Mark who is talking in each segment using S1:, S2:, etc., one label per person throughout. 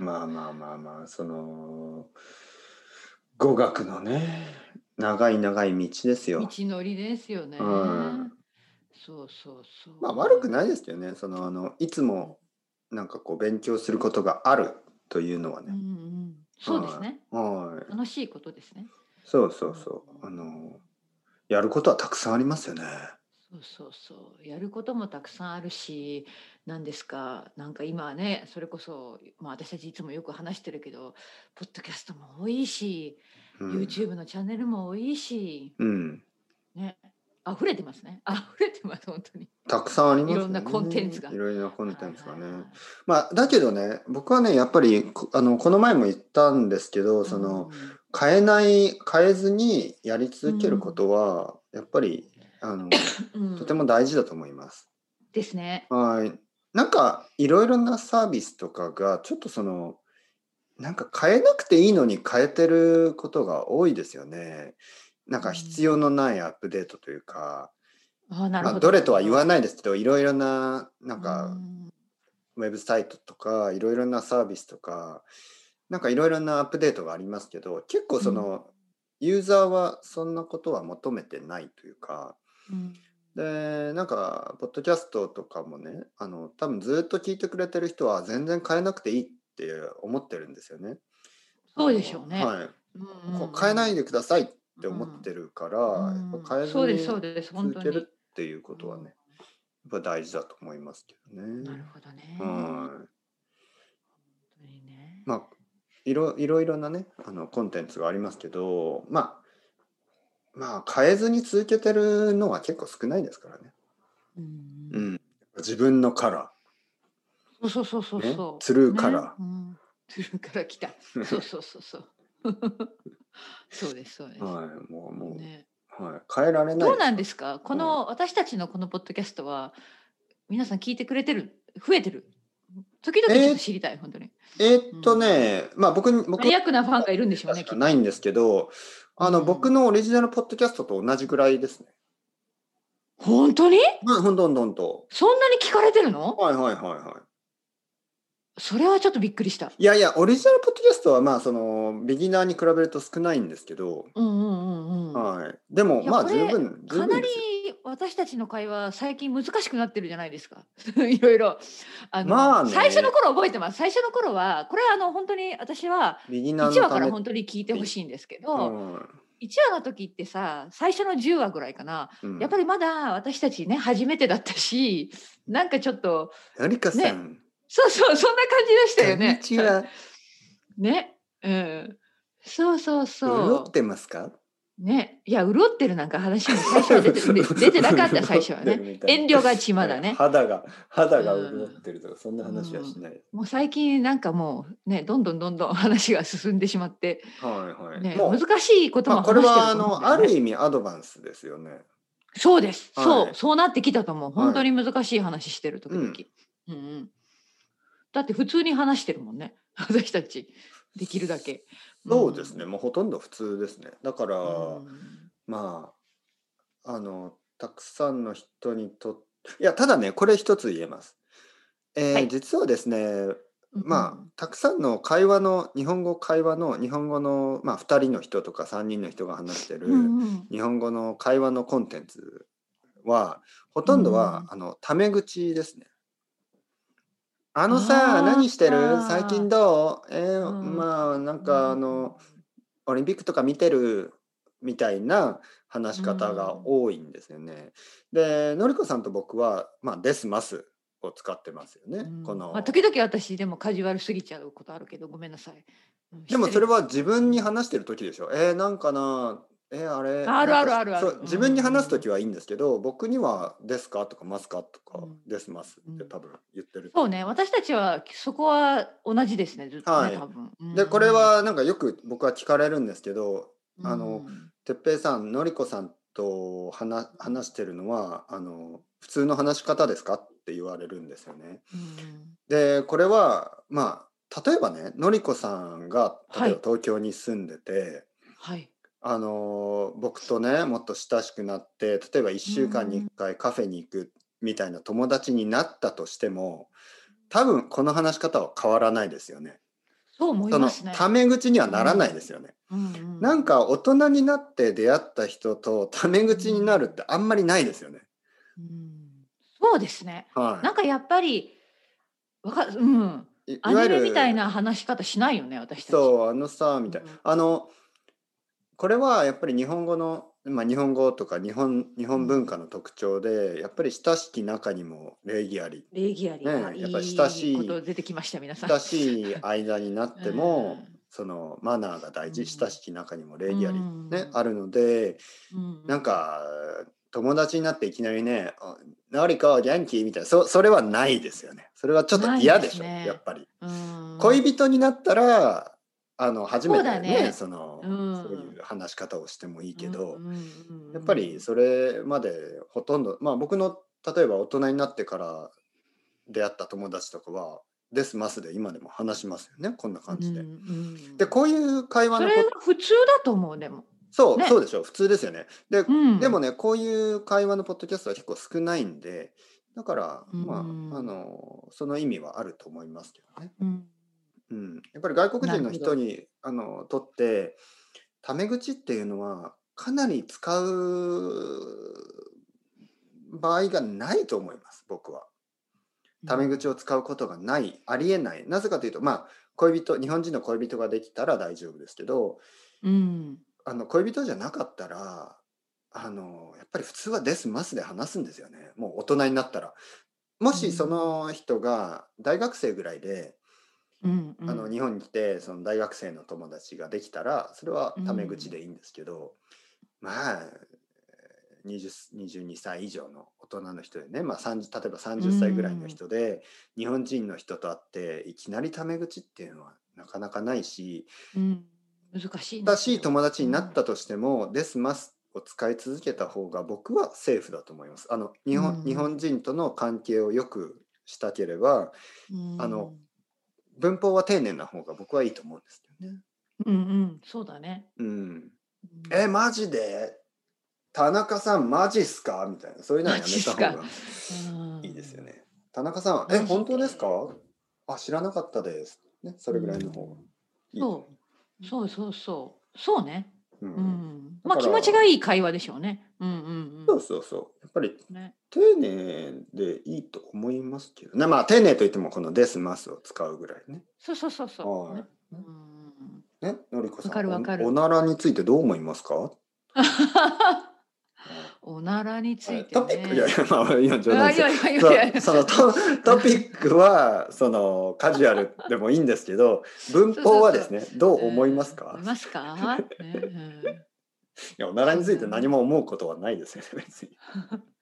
S1: まあまあまあまあその語学のね長い長い道です
S2: 道
S1: よ。
S2: のりですよね。
S1: うん
S2: そうそうそう。
S1: まあ悪くないですよねそのあのいつもなんかこう勉強することがあるというのは
S2: うんう
S1: ね。
S2: ん。そうですね。
S1: はい
S2: 楽しいことですね。
S1: そうそうそうあのやることはたくさんありますよね。
S2: そうそうそうやることもたくさんあるし何ですかなんか今はねそれこそ、まあ、私たちいつもよく話してるけどポッドキャストも多いし、
S1: うん
S2: YouTube のチャンネルも多いし
S1: うん
S2: ね溢れてますね 溢れてます本当に
S1: たくさんありますよね
S2: いろんなコンテンツが
S1: いろいろなコンテンツが
S2: はいはい
S1: ね
S2: はい。
S1: まあだけどね僕はねやっぱりこあのこの前も言ったんですけどその、変えない変えずにやり続けることは、やっぱりあの
S2: うんうん
S1: とても大事だと思います。
S2: ですね
S1: はい。なんかいろいろなサービスとかがちょっとそのなんか変えなくていいのに変えてることが多いですよね。なんか必要のないアップデートというか、
S2: あなる
S1: ま
S2: ほど、
S1: あ、どれとは言わ
S2: い
S1: ないですけどいろいろななんかウェブサイトとかいろいろなサービスとかなんかいろいろなアップデートがありますけど結構その、ユーザーはそんなことは求めてないというかでなんかポッドキャストとかもねあの多分ずっと聞いてくれてる人は全然変えなくていいって思ってるんですよね。
S2: そうでしょうね
S1: はい、こう変えない
S2: で
S1: でくださいって思ってるから、やっぱ変えず
S2: そうですそう
S1: に
S2: です本当
S1: 続け
S2: に
S1: るっていうことはねやっぱ大事だと思いますけど
S2: なる
S1: ね。
S2: ほどね、
S1: は
S2: 本
S1: い
S2: 当にね
S1: まあ、いろいろいろなねあのコンテンツがありますけど、まあ、まあ変えずに続けてるのは結構少ないですからね。
S2: うん
S1: ん、自分のカラ
S2: そうそうそうそうそう。
S1: ねトゥルーカラー
S2: ねうんトゥルーカラー 来た。そうそうそうそう。 そうですそうです。
S1: ー、はい、もうもう、
S2: ね、
S1: はい、変えられない
S2: どうなんですか。この、私たちのこのポッドキャストは皆さん聞いてくれてる増えてる。時々ちょっと知りたい、本当に。
S1: えーっとね、まあ僕に
S2: マ
S1: 僕
S2: ニアックなファンがいるんでしょうね。
S1: し
S2: きっと
S1: かないんですけど、あの、
S2: うん
S1: 僕のオリジナルポッドキャストと同じぐらいですね。
S2: 本当に？
S1: うん、ほんどんどんと。
S2: そんなに聞かれてるの？
S1: はいはいはいはい。
S2: それはちょっとびっくりした。
S1: いやいや、オリジナルポッドキャストはまあそのビギナーに比べると少ないんですけど、
S2: うんうんうんうん。
S1: はい。でも
S2: いや
S1: まあ
S2: こ
S1: 十
S2: れ
S1: 分十
S2: か
S1: 分
S2: な
S1: で
S2: り
S1: すよ。
S2: 私たちの会話最近難しくなってるじゃないですか いろいろあの、
S1: まあね
S2: 最初の頃覚えてます最初の頃はこれはあの本当に私は
S1: ビギナー
S2: 1
S1: のた
S2: 話か
S1: め
S2: ら本当に聞いてほしいんですけど、
S1: う
S2: 1話の時ってさ最初の10話ぐらいかな、
S1: ん、
S2: やっぱりまだ私たちね初めてだったしなんかちょっと
S1: りやりかさん、
S2: そうそうそんな感じでしたよね。
S1: こんにちは
S2: ね、うん、そうそうそう。
S1: 潤ってますか
S2: ね、いや潤ってるなんか話も最初は 出て出てなかった最初はね。
S1: ね
S2: 遠慮がちまだね
S1: 肌が肌が潤ってるとかそんな話はしない、
S2: もう最近なんかもうねどんどんどんどん 話が進んでしまって、
S1: はいはい、
S2: ね、
S1: もう
S2: 難しいこと
S1: まあ、
S2: も話して
S1: こ
S2: る
S1: れ
S2: と思
S1: はあ
S2: うん
S1: のあ
S2: だよね、
S1: る意味アドバンスですよね
S2: そうです、
S1: はい
S2: そうそうなってきたと思う本当に難しい話してる時々、うんうん、だって普通に話してるもんね 私たちできるだけ
S1: そうですね、、もうほとんど普通ですねだから、
S2: うん
S1: まああのたくさんの人にとっいやただねこれ一つ言えますえー
S2: はい
S1: 実はですね
S2: うん
S1: まあたくさんの会話の日本語会話の日本語の、まあ、2人の人とか3人の人が話してる、
S2: うんうん
S1: 日本語の会話のコンテンツはほとんどは、
S2: うん
S1: あのタメ口ですね。あのさ
S2: あー
S1: 何してる最近どうえー
S2: うん
S1: まあなんかあのオリンピックとか見てるみたいな話し方が多いんですよね。でのりこさんと僕は「まあ、ですます」を使ってますよね。
S2: うん
S1: この
S2: まあ、時々私でもカジュアルすぎちゃうことあるけどごめんなさいうん
S1: でもそれ
S2: 失
S1: は自分に話してる時でしょ。えー、なんかな、えー、あれ。
S2: ある
S1: な
S2: ある
S1: んか
S2: あるある
S1: そう自分に話す時はいいんですけど、僕にはですかとかますかとか、
S2: うん
S1: ですますって
S2: うん
S1: 多分言ってる。
S2: そうね、私たちはそこは同じですね、ずっとね、
S1: はい
S2: 多分。うん
S1: でこれ、はなんかよく僕は聞かれるんですけど、
S2: うん
S1: あの、哲平さん、のりこさんと話話してるのはあの普通の話し方ですかって言われるんですよね。
S2: うん
S1: でこれはまあ例えばね、のりこさんが例え
S2: は
S1: ば東京に住んでて。
S2: はい。
S1: あのー僕とねもっと親しくなって例えば1週間に1回カフェに行くみたいな友達になったとしても多分この話し方は変わらないですよね。
S2: そう思い
S1: その
S2: ますね。
S1: タメ口にはならないですよね。
S2: うんうん
S1: なんか大人になって出会った人とタメ口になるってあんまりないですよね。
S2: うんそうですね。な
S1: は
S2: んかやっぱりわかうん
S1: い。い
S2: アニメみたいな話し方しないよね私たち。
S1: そうあのさみたいな、
S2: うん
S1: あのこれはやっぱり日本語の、まあ、日本語とか日本日本文化の特徴でやっぱり親しき中にも礼儀あ り
S2: 礼儀ありが
S1: ね
S2: い
S1: やっぱり親しい
S2: いこと出てきました皆さん。
S1: 親しい間になっても、
S2: うん
S1: そのマナーが大事、
S2: うん
S1: 親しき中にも礼儀あり、
S2: うん
S1: ねあるので
S2: うん
S1: なんか友達になっていきなりね「あ何か元気?」みたいなそそれはないですよねそれはちょっと嫌でしょ
S2: ないですね
S1: やっぱり。
S2: うん
S1: 恋人になったらあの初めて
S2: だ
S1: ね
S2: ね
S1: その、
S2: うん
S1: そういう話し方をしてもいいけど、
S2: うんうんうん
S1: やっぱりそれまでほとんどまあ僕の例えば大人になってから出会った友達とかは「ですます」で今でも話しますよねこんな感じで。
S2: うんうん
S1: でこういう会話
S2: そ
S1: のこ
S2: れ
S1: と
S2: が普通だと思うでも。
S1: そう、
S2: ね
S1: そうでしょ普通ですよね。で、
S2: うん
S1: でもねこういう会話のポッドキャストは結構少ないんでだからまあ、
S2: うん
S1: あのその意味はあると思いますけどね。
S2: うん
S1: うん、やっぱり外国人の
S2: なるほ
S1: 人
S2: ど
S1: にあのとってタメ口っていうのはかなり使う場合がないと思います僕は。タメ口を使うことがないありえないなぜかというとまあ恋人日本人の恋人ができたら大丈夫ですけど
S2: うん
S1: あの恋人じゃなかったらあのやっぱり普通は「です」「ます」で話すんですよねもう大人になったら。も
S2: う
S1: し
S2: ん
S1: その人が大学生ぐらいで、
S2: うんうん
S1: あの日本に来てその大学生の友達ができたらそれはタメ口でいいんですけど、まあえー20 22歳以上の大人の人でね、まあ、30例えば30歳ぐらいの人で、日本人の人と会っていきなりタメ口っていうのはなかなかないし
S2: うん難しいね。
S1: 親しい友達になったとしても「ですます」を使い続けた方が僕はセーフだと思います。あの日本
S2: うん
S1: 日本人との関係をよくしたければ
S2: うん
S1: あの文法は丁寧な方が僕はいいと思うんですよね。
S2: うんうんそうだね。
S1: うん
S2: うん
S1: えマジで田中さんマジっすかみたいなそういうのはやめた方が
S2: マうん
S1: いいですよね田中さん
S2: マ
S1: え
S2: ジで
S1: 本当ですかあ知らなかったですねそれぐらいの方がいい、
S2: そそうそうそうそうね。
S1: うん
S2: うん、
S1: だ
S2: ま
S1: から
S2: あ気持ちがいい会話でしょうね。うんうん
S1: そううそうそうやっぱり
S2: ん。ね。
S1: 丁寧でいいと思いますけどねまあ丁寧といってもこの「ですます」を使うぐらいね
S2: そうそうそうそう。
S1: はい
S2: ねうん、
S1: ねのりこさん
S2: わかるわかる
S1: おおならについてどう思いますか
S2: おならについて、ね。
S1: トピックいやいやまあいや冗談で
S2: あい
S1: すよ
S2: やいやい
S1: そ
S2: やいや
S1: うそのトトピックはそのカジュアルでもいいんですけ ど文法はですねどう思います
S2: うん
S1: か
S2: 思いますか、ねうん
S1: いやおならについて何も思うことはないですよね別に。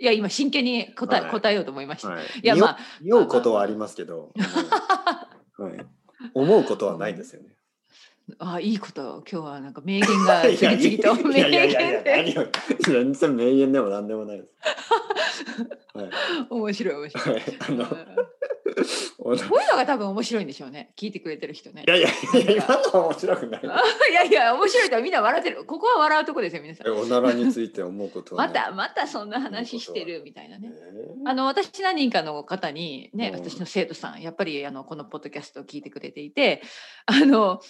S2: いや今真剣に答え、
S1: はい
S2: 答えようと思いました。
S1: はい、
S2: いやまあ
S1: 匂う匂うことはありますけど、はいはい、思うことはないですよね。
S2: あいいこと今日はなんか名言が
S1: いやい
S2: 次々と
S1: や
S2: 名
S1: いやい
S2: 言
S1: やいや
S2: で
S1: 何を全然名言でも何でもないです。はい
S2: 面白い面白い。
S1: はい、あのおない
S2: こういうのが多分面白いんでしょうね。聞いてくれてる人ね。
S1: やいやいや今のは面白くない。
S2: いやいや、面白いとみんな笑ってる。ここは笑うとこですよ、皆さん。
S1: おならについて思うことは
S2: ま
S1: ない。
S2: た、またそんな話してるみたいな
S1: え
S2: ね。
S1: ー
S2: あの私何人かの方にね、
S1: うん
S2: 私の生徒さんやっぱりあのこのポッドキャストを聞いてくれていてあの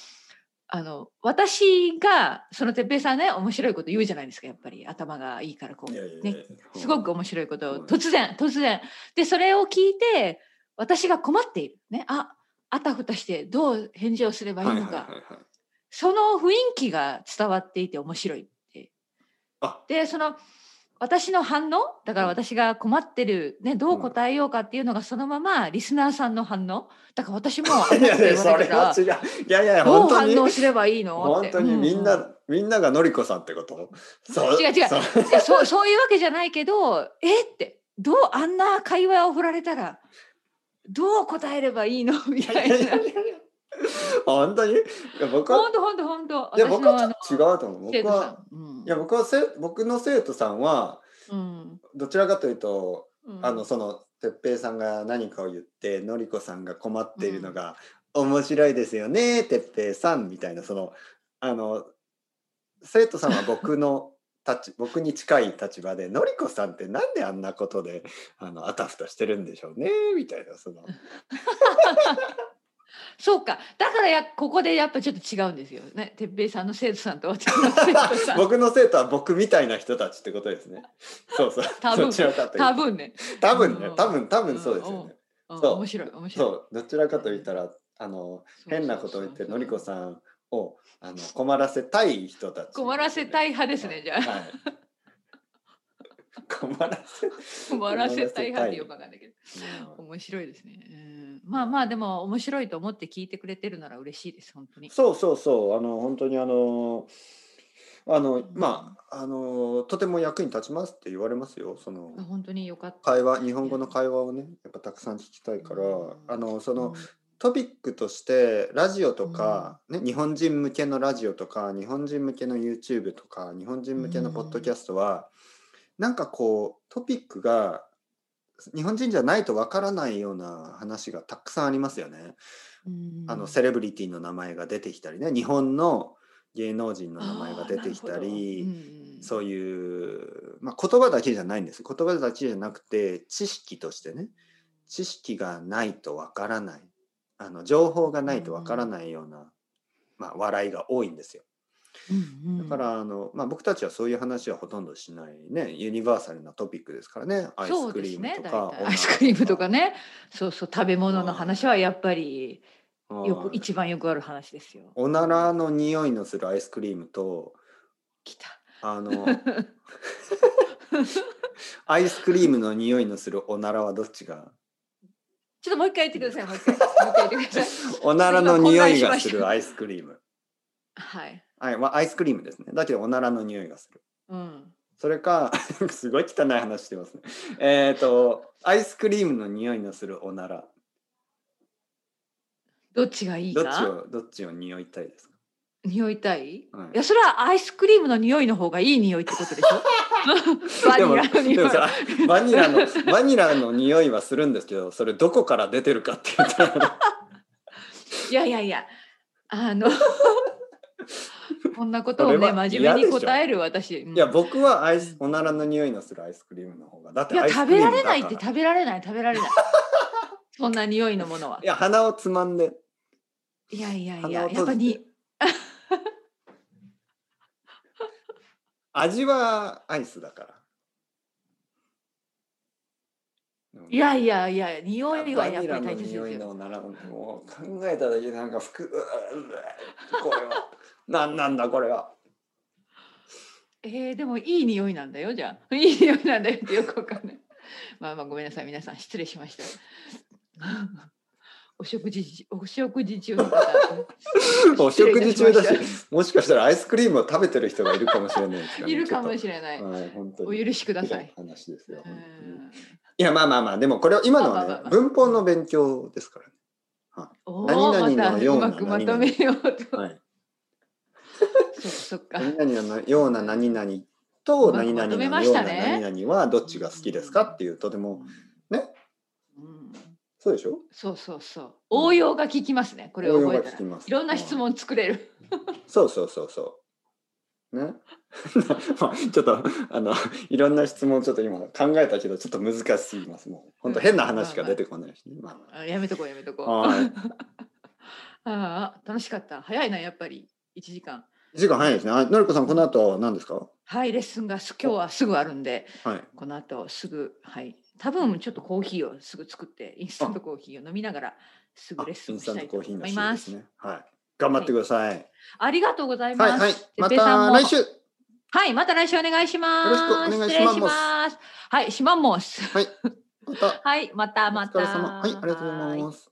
S2: あの私がその哲平さんね面白いこと言うじゃないですかやっぱり頭がいいからこう
S1: いやいやいや
S2: ねすごく面白いこと
S1: う
S2: を
S1: ん
S2: 突然突然でそれを聞いて私が困っているねああたふたしてどう返事をすればいい
S1: はい
S2: のか、
S1: はいはいはい
S2: その雰囲気が伝わっていて面白いって
S1: あ
S2: でその私の反応だから私が困ってる、ね、どう答えようかっていうのがそのままリスナーさんの反応だから私もあ
S1: いやいや
S2: 言わ
S1: そ
S2: れ
S1: れ
S2: たら
S1: は違ういやいやいや
S2: ど
S1: 本
S2: う
S1: 当
S2: 反
S1: に
S2: 応すればいいのっ
S1: 本
S2: て
S1: 当にみん
S2: うう
S1: なみんながのりこさんってことそ
S2: 違う違う
S1: そ
S2: いやそうそういうわけじゃないけどえってどうあんな会話を振られたらどう答えればいいの みたいな
S1: 本当にいや僕は
S2: 本当本当本当
S1: いや僕はちょっと違
S2: う
S1: うと思う
S2: 生
S1: 僕
S2: 徒さ
S1: は
S2: ん、う
S1: い
S2: ん
S1: や僕はせ僕の生徒さんは
S2: うん
S1: どちらかというと
S2: うん
S1: あのその哲平さんが何かを言ってのりこさんが困っているのが面白いですよね哲平さんみたいなそのあの生徒さんは僕 の立ち僕に近い立場でのりこさんってなんであんな ことであのあたふたしてるんでしょうねみたいなその
S2: そうかだからやここでやっぱちょっと違うんですよね哲平さんの生徒さんと私の生徒さん
S1: 僕の生徒は僕みたいな人たちってことですね。そうそう。
S2: 多分
S1: どちらかという
S2: 多
S1: と
S2: 分ね
S1: 多分
S2: う
S1: ね
S2: ん、
S1: 多分多分そうですよね。
S2: うん
S1: そう
S2: 面白い面白い
S1: そう、どちらかと言ったら、あの
S2: そう
S1: 変なことを言って
S2: そうそう
S1: のりこさんをあの困らせたい人たち、
S2: 困らせたい派ですねじゃあ
S1: はい。 困らせ。
S2: 困らせたい派ってよくわかんないけど
S1: うん
S2: 面白いですねうんまあまあでも面白いと思って聞いてくれてるなら嬉しいです本当に
S1: そうそうそう、あの本当にあの。あ
S2: う
S1: の
S2: ん
S1: まああのとても役に立ちますって言われますよその
S2: あ本当によかった
S1: 会話日本語の会話をねやっぱたくさん聞きたいから
S2: うん
S1: あのそ
S2: うん
S1: のトピックとしてラジオとか、ね、日本人向けのラジオとか日本人向けの YouTube とか日本人向けのポッドキャストは、なんかこうトピックが日本人じゃないとわからないような話がたくさんありますよね。
S2: うん
S1: あのセレブリティの名前が出てきたりね日本の芸能人の名前が出てきたり。そういう、まあ、言葉だけじゃないんです言葉だけじゃなくて知識としてね知識がないとわからないあの情報がないとわからないような、まあ、笑いが多いんですよ
S2: うん
S1: だからあの、まあ、僕たちはそういう話はほとんどしないねユニバーサルなトピックですからねアイ
S2: そ
S1: ス
S2: う
S1: ク
S2: で
S1: リ
S2: す
S1: ーム
S2: ね
S1: と
S2: 大
S1: か
S2: 体アイスクリームとかねそうそう食べ物の話はやっぱり
S1: 女
S2: よ
S1: の子と
S2: く
S1: か
S2: 一番よくある話ですよ。
S1: おならの匂いのするアイスクリームと
S2: 来
S1: あ の
S2: た。
S1: アイスクリームの匂いのするおならはどっちが
S2: ちょっともう一回言ってください。もう一回。もう一回言ってください。
S1: おならの匂いがするアイスクリーム
S2: はい。
S1: はい、まあ、アイスクリームですね。だけどおならの匂いがする。
S2: うん。
S1: それか、 すごい汚い話してますね。えっ、と、アイスクリームの匂いのするおなら。
S2: どっちがいい
S1: どっち
S2: か。
S1: を、どっちを匂いたいですか。
S2: 匂いたい。
S1: はい
S2: いや、それはアイスクリームの匂いの方がいい匂いってことでしょ バ
S1: でも
S2: ニラの
S1: で
S2: 匂
S1: も
S2: い。
S1: さバニラの、バニラの匂いはするんですけど、それどこから出てるかって言った ら、
S2: いやいやいや。あの。こんなことを
S1: そ
S2: ね、
S1: れは
S2: 真
S1: 嫌
S2: 面
S1: でし
S2: 目に
S1: ょ
S2: 答える私。うん
S1: いや、僕はアイス、おならの匂いのするアイスクリームの方が。だっ
S2: い
S1: てア
S2: や
S1: イス
S2: 食
S1: クリ
S2: べ
S1: ー
S2: ら
S1: ムだ
S2: れ
S1: から。
S2: ないって食べられない食べられない そんな匂いのものはい
S1: や、鼻をつまんで。
S2: いやいやい
S1: 鼻を
S2: やや
S1: 閉
S2: っぱ
S1: じ
S2: に
S1: て。味はアイスだから。
S2: いやいやいや匂いは
S1: バ
S2: やっ
S1: ニ
S2: ぱ
S1: ラ
S2: り
S1: の
S2: 大切です
S1: 匂い
S2: よ
S1: のならもう考えただけでなんか服うわうわこれはなんなんだこれは
S2: えー、でもいい匂いなんだよじゃあいい匂いなんだよってよくわかんない まあまあごめんなさい皆さん失礼しました お食事じお食事中の方
S1: お
S2: 失礼
S1: 食事
S2: いたしま
S1: 中だ
S2: し
S1: したもしかしたらアイスクリームを食べてる人がいるかもしれないですからね
S2: いるかも
S1: ち
S2: しれない
S1: ょっとはい本当
S2: お
S1: に
S2: 許しください
S1: 話ですよ
S2: う
S1: 本当に
S2: ん
S1: いやまあまあまあでもこれは今の
S2: まあ
S1: は
S2: まあ
S1: ね
S2: まあまあ
S1: 文法の勉強ですからね
S2: お
S1: 何
S2: ー
S1: 々
S2: ま
S1: の
S2: た
S1: よ
S2: う
S1: うな
S2: まくまとめようと、
S1: はい
S2: そっかそっか
S1: 何々のような何々と
S2: うまく
S1: 何々
S2: まと
S1: の
S2: め
S1: よう
S2: ました
S1: な
S2: ね
S1: 何々はどっちが好きですかっていうとてもね
S2: うん、
S1: そうでしょ
S2: そうそうそう応用が効きますねこれを
S1: 応用
S2: 覚え
S1: が
S2: た
S1: 効
S2: ら
S1: きます
S2: いろんな質問作れる
S1: そうそうそうそう。ね。 まあちょっとあのいろんな質問ちょっと今考えたけどちょっと難しすぎますもう本当変な話しか出てこないしね。まあま
S2: あやめとこうやめとこう
S1: あはい
S2: ああ楽しかった早いなやっぱり1時間
S1: 時間早いですね。あのりこさんこの後は何ですか。
S2: はいレッスンがす今日はすぐあるんで
S1: はい。
S2: この後すぐはい多分ちょっとコーヒーをすぐ作ってインスタントコーヒーを飲みながらすぐ
S1: あ
S2: レッス
S1: イ
S2: ンを
S1: ン
S2: し
S1: スタン
S2: た
S1: ト
S2: い
S1: コ
S2: と
S1: ーヒー
S2: 思
S1: の
S2: い
S1: 週
S2: ま
S1: ですすね。はい。頑張ってください。
S2: ありがとうございま
S1: はい
S2: す、
S1: はい。ま
S2: 哲平さ
S1: た
S2: んも
S1: 来週。
S2: はいまた来週お願いします
S1: よろしくお願いしま
S2: 失礼
S1: す
S2: しますはいしまもす
S1: はい。また。
S2: はいまた
S1: お
S2: また
S1: 疲れ様。はい。ありがとうございます。